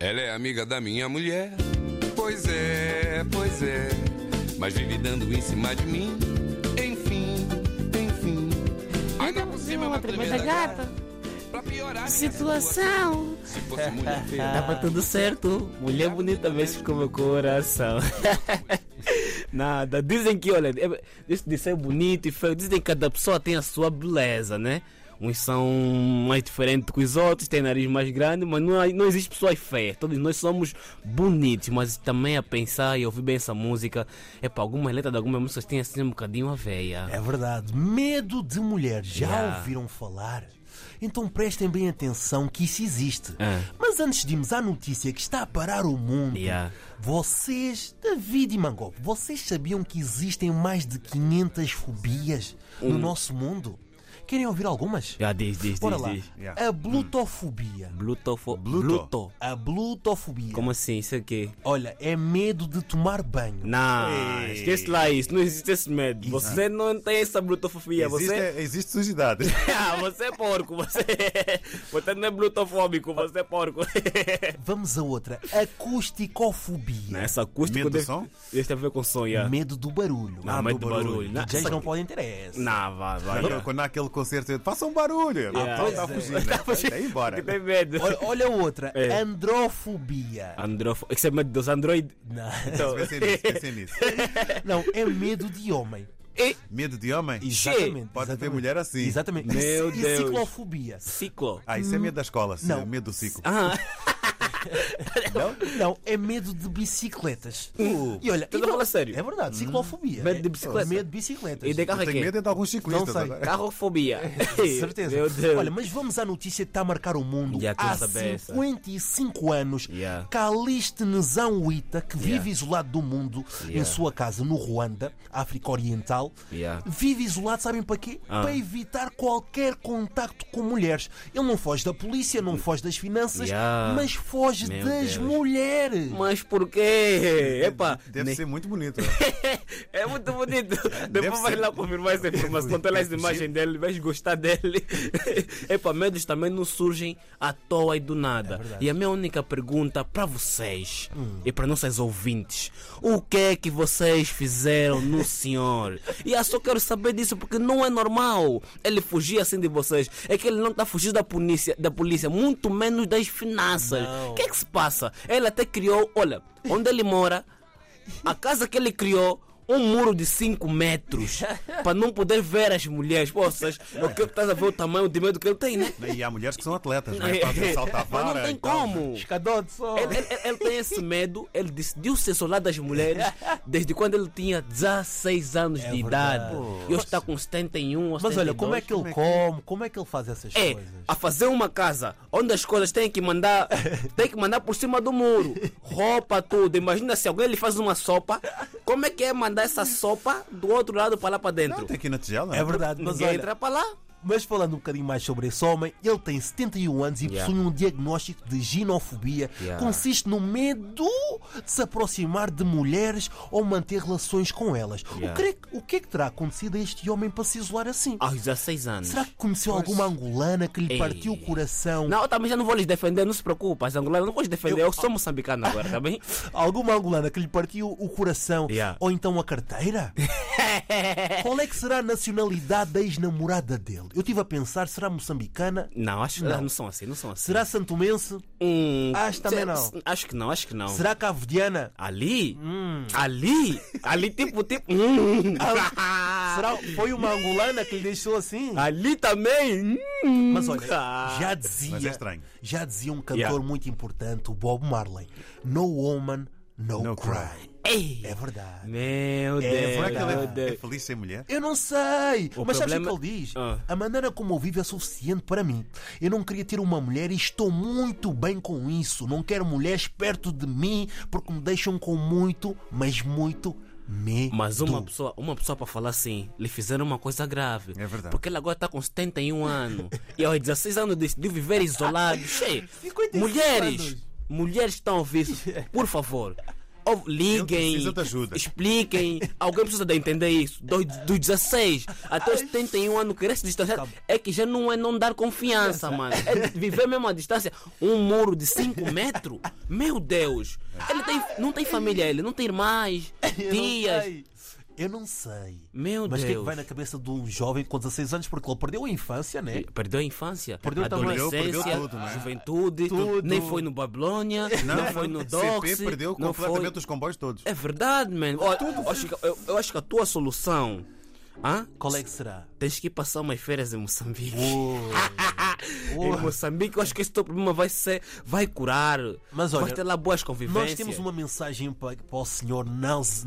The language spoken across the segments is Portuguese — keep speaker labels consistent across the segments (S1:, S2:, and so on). S1: é amiga da minha mulher. Pois é, pois é, mas vive dando em cima de mim. Enfim, enfim. Ainda por cima, é
S2: uma
S1: uma
S2: tremenda
S1: tremenda
S2: gata.
S1: Pra piorar,
S2: Situação.
S1: se fosse mulher feia.
S3: Tava tudo certo. Mulher bonita mexe com meu coração. Nada. Dizem que, olha, é- isso de ser bonito e feio, dizem que cada pessoa tem a sua beleza, né? Uns são mais diferentes que os outros, têm nariz mais grande, mas não, há- não existe pessoas feias. Todos nós somos bonitos, mas também a pensar e ouvir bem essa música, é para algumas letras de algumas músicas têm assim um bocadinho a veia.
S4: É verdade. Medo de mulher. Já
S3: Yeah.
S4: ouviram falar? Então prestem bem atenção que isso existe.
S3: É.
S4: Mas antes de irmos à notícia que está a parar o mundo,
S3: Yeah.
S4: vocês, David e Mangope, vocês sabiam que existem mais de 500 fobias no nosso mundo? Querem ouvir algumas?
S3: Já diz, Um. diz,
S4: Bora
S3: diz,
S4: lá.
S3: diz.
S4: A blutofobia.
S3: Blutofo...
S5: Bluto.
S3: Bluto.
S4: A blutofobia.
S3: Como assim? Isso aqui?
S4: Olha, é medo de tomar banho.
S3: Não,
S5: Ei.
S3: esquece lá isso, não existe esse medo. Você não tem essa brutofobia, é você.
S5: Existe, é, existe sujidade.
S3: Ah, você é porco, você. Você não é brutofóbico, você é porco.
S4: Vamos a outra. Acusticofobia.
S3: Nessa acústica.
S5: Medo do
S3: deve-
S5: som?
S3: Isso tem a ver com som, já.
S4: Medo do barulho.
S3: É. Não, medo do barulho. Não,
S4: DJs
S3: essa-
S4: não podem ter essa.
S3: Não, vai, vai.
S5: Quando- Quando há aquele concerto, eu- faça um barulho.
S3: Yeah.
S5: Ah, tá, tá fugindo. Tá indo embora.
S3: Que é. tem medo.
S4: Olha, olha outra.
S3: É.
S4: Androfobia.
S3: Androfo... Isso é medo dos androides.
S4: Não.
S3: Então...
S5: Pensem nisso, pensem nisso.
S4: não, é medo de homem.
S3: E-
S5: Medo de homem?
S4: Exatamente.
S5: Pode ter
S4: exatamente.
S5: mulher assim.
S4: Exatamente.
S3: Meu
S4: e,
S3: Deus.
S4: E ciclofobia.
S3: Ciclo. Ah,
S5: Ah, isso é medo da escola, sim,
S4: Não.
S5: é medo do ciclo.
S4: Não? Não, é medo de bicicletas. e olha,
S3: Uh, Estás
S4: e
S3: a
S4: não-
S3: falar sério? Hum,
S4: É verdade, ciclofobia.
S3: Medo de
S4: É-
S3: bicicleta.
S4: Medo de bicicletas.
S3: E de carro
S5: Eu
S3: é
S5: tenho
S3: quê?
S5: medo é de alguns ciclistas.
S4: sei.
S5: agora.
S3: Carrofobia.
S4: Certeza.
S3: Meu Deus.
S4: Olha, mas vamos à notícia que está a marcar o mundo.
S3: Já estou a
S4: Há
S3: saber essa.
S4: 55 anos,
S3: Yeah.
S4: Calistenezão Uita, que vive
S3: Yeah.
S4: isolado do mundo, em
S3: Yeah.
S4: sua casa no Ruanda, África Oriental,
S3: Yeah.
S4: vive isolado, sabem para quê?
S3: Ah.
S4: Para evitar qualquer contacto com mulheres. Ele não foge da polícia, não foge das finanças,
S3: Yeah.
S4: mas foge
S3: Meu
S4: das
S3: Deus.
S4: mulheres.
S3: Mas por quê? Epa,
S5: Deve
S3: nem-
S5: ser muito bonito.
S3: É muito bonito. Depois
S5: É, deve
S3: vai
S5: ser. É
S3: lá confirmar essa informação. Tem lá essa imagem dele, vais gostar dele. Epa, medos também não surgem à toa e do
S5: É
S3: nada. e a minha única pergunta para vocês
S5: Hum.
S3: e para nossas ouvintes: o que é que vocês fizeram no senhor? e eu só quero saber disso porque não é normal ele fugir assim de vocês. É que ele não está fugindo da polícia, da polícia, muito menos das finanças. O que é que se passa? Ele até criou, olha, onde ele mora. A casa que ele criou, um muro de 5 metros, para não poder ver as mulheres. Pô, vocês, eu quero estás a ver o tamanho de medo que ele tem, né?
S5: E há mulheres que são atletas, não é? Fazem salto à
S3: Mas não
S5: vara
S3: tem
S5: e tal.
S3: como.
S4: Escadote só.
S3: Ele, ele- ele tem esse medo, ele decidiu ser soldado das mulheres desde quando ele tinha 16 anos de idade. E hoje está com 71 ou
S4: É Mas olha, como é que ele come, como é que ele faz essas
S3: é
S4: coisas?
S3: a fazer uma casa onde as coisas têm que mandar tem que mandar por cima do muro roupa tudo imagina se alguém lhe faz uma sopa como é que é mandar essa sopa do outro lado para lá para dentro
S5: Não, tem aqui na tigela.
S4: É verdade, mas
S3: ninguém
S4: olha,
S3: entra para lá
S4: Mas falando um bocadinho mais sobre esse homem, ele tem 71 anos e
S3: Yeah.
S4: possui um diagnóstico de ginofobia.
S3: Yeah.
S4: Consiste no medo de se aproximar de mulheres ou manter relações com elas.
S3: Yeah.
S4: O, que é, que- o que é que terá acontecido a este homem para se isolar assim?
S3: aos 16 anos
S4: Será que conheceu alguma angolana que lhe
S3: Ei.
S4: partiu o coração?
S3: não, tá, eu também já não vou lhes defender, não se preocupa, as angolanas não vou lhes defender, eu, sou moçambicano agora, tá bem?
S4: Alguma angolana que lhe partiu o coração?
S3: Yeah.
S4: Ou então a carteira? Qual é que será a nacionalidade da ex-namorada dele? Eu estive a pensar, será moçambicana?
S3: Não, acho que
S4: Não.
S3: não. não são assim, não são assim.
S4: Será santomense?
S3: Hum,
S4: Acho também
S3: se-
S4: não.
S3: se- Acho que não, acho que não.
S4: Será Hum. cabo-verdiana?
S3: Ali? Ali? Ali tipo, tipo. hum.
S4: Será foi uma angolana que lhe deixou assim?
S3: Ali também. hum.
S4: Mas olha,
S3: Ah.
S4: já dizia,
S5: Mas é estranho.
S4: já dizia um cantor
S3: Yeah.
S4: muito importante, o Bob Marley. No woman, no,
S5: No
S4: cry.
S3: Ei.
S4: É verdade.
S3: Meu Deus.
S4: É
S5: Será que
S3: meu
S5: ela é- é
S3: Deus.
S5: feliz sem mulher?
S4: Eu não sei,
S3: O
S4: mas sabes o
S3: problema-
S4: que ele diz?
S3: Ah.
S4: A maneira como eu vivo é suficiente para mim. Eu não queria ter uma mulher e estou muito bem com isso. Não quero mulheres perto de mim porque me deixam com muito, mas muito medo.
S3: Mas uma pessoa, uma pessoa para falar assim, lhe fizeram uma coisa grave.
S5: É verdade.
S3: Porque ele agora está com 71 anos. e aos 16 anos decidiu viver isolado. Che,
S4: 55
S3: mulheres,
S4: anos.
S3: mulheres que estão a ouvir isso, por favor. ou- liguem,
S5: preciso de ajuda.
S3: expliquem. Alguém precisa de entender isso. Dos, dos 16 até os 31 anos, querer se distanciar é que já não é não dar confiança, mano. É viver mesmo a distância. Um muro de 5 metros? Meu Deus!
S5: É.
S3: Ele tem, não tem família, ele não tem irmãs,
S4: Eu não
S3: tias.
S4: sei. Eu não sei.
S3: Meu
S4: Mas o que é que
S3: Deus.
S4: vai na cabeça de um jovem com 16 anos? Porque ele perdeu a infância, né?
S3: Perdeu a infância,
S4: Perdeu o tamanho.
S3: adolescência,
S5: Perdeu- perdeu tudo, né?
S3: juventude,
S4: Tudo.
S3: nem foi no Babilônia, não, foi no Dox,
S5: CP perdeu
S3: não
S5: completamente
S3: foi...
S5: os comboios todos.
S3: É verdade, mano. Olha, eu, acho que, eu, eu acho que a tua solução. Hã?
S4: Qual é que será?
S3: Tens que ir passar umas férias em Moçambique.
S4: Boa.
S3: Em Moçambique, eu acho que esse teu problema vai ser. Vai curar.
S4: Mas olha,
S3: vai ter lá boas convivências.
S4: Nós temos uma mensagem pa- para, o senhor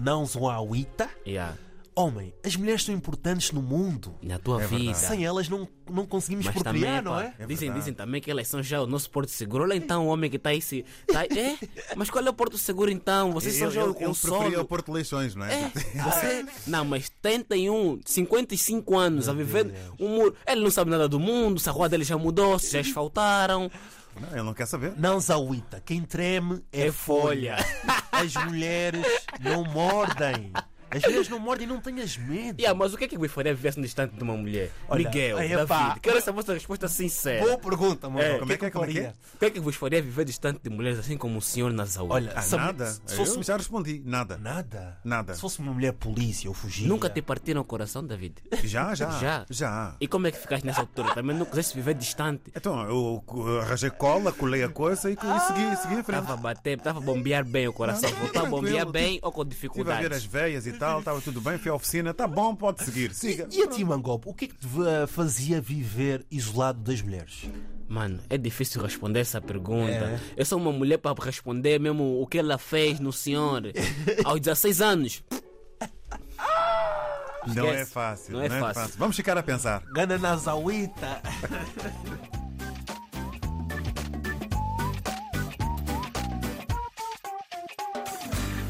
S4: Nanzuawita.
S3: Yeah.
S4: Homem, as mulheres são importantes no mundo.
S3: Na
S5: É
S3: tua vida.
S4: Sem elas não, não conseguimos
S3: Mas também,
S4: procriar, não
S3: pá,
S4: é?
S3: dizem,
S5: verdade.
S3: dizem também que elas são já o nosso porto seguro. Olha então o homem que está aí se. Tá, é? Mas qual é o porto seguro então? Vocês são
S5: Eu,
S3: já
S5: eu,
S3: o
S5: eu preferia o
S3: consolo.
S5: Porto Leixões, não é?
S3: É, você. Não, mas 31, 55 anos a viver um muro. Ele não sabe nada do mundo, se a rua dele já mudou, se já asfaltaram.
S5: Não, ele não quer saber.
S4: Nanzawita, quem treme é, folha. As mulheres não mordem. As mulheres não mordem, não tenhas medo.
S3: Yeah, mas o que é que eu faria vivesse distante de uma mulher?
S4: Olha,
S3: Miguel,
S4: aí,
S3: David,
S4: pá.
S3: quero essa vossa resposta sincera.
S4: Boa pergunta, mano.
S5: É,
S4: O
S5: como é que é, como é que é?
S4: faria?
S3: O que é que vos faria viver distante de mulheres assim como o senhor na saúde?
S4: Olha,
S5: Ah,
S4: se-
S5: nada.
S4: Se
S5: eu
S4: fosse,
S3: um-
S5: já respondi. Nada.
S4: Nada.
S5: Nada.
S4: Se fosse uma mulher polícia, eu fugia.
S3: Nunca te partiram o coração, David?
S5: Já, já.
S3: Já?
S5: Já.
S3: E como é que ficaste nessa altura? Também não quiseste viver distante?
S5: Então, eu co- arranjei cola, colei a coisa e, co- e
S3: Ah,
S5: segui, segui em frente.
S3: Estava a bater, estava a bombear bem o coração.
S5: Não,
S3: Voltou a bombear
S5: tranquilo.
S3: bem ou com
S5: Estive a ver as
S3: dificuldades?
S5: veias e tal, estava tudo bem, fui à oficina, tá bom, pode seguir, siga.
S4: E a ti, Mangopo, o que é que te va- fazia viver isolado das mulheres?
S3: Mano, é difícil responder essa pergunta.
S5: É.
S3: Eu sou uma mulher para responder mesmo o que ela fez no senhor aos 16 anos.
S5: Não é
S3: Esquece.
S5: fácil,
S3: Não é fácil.
S5: Vamos ficar a pensar.
S4: Gana Nazauita.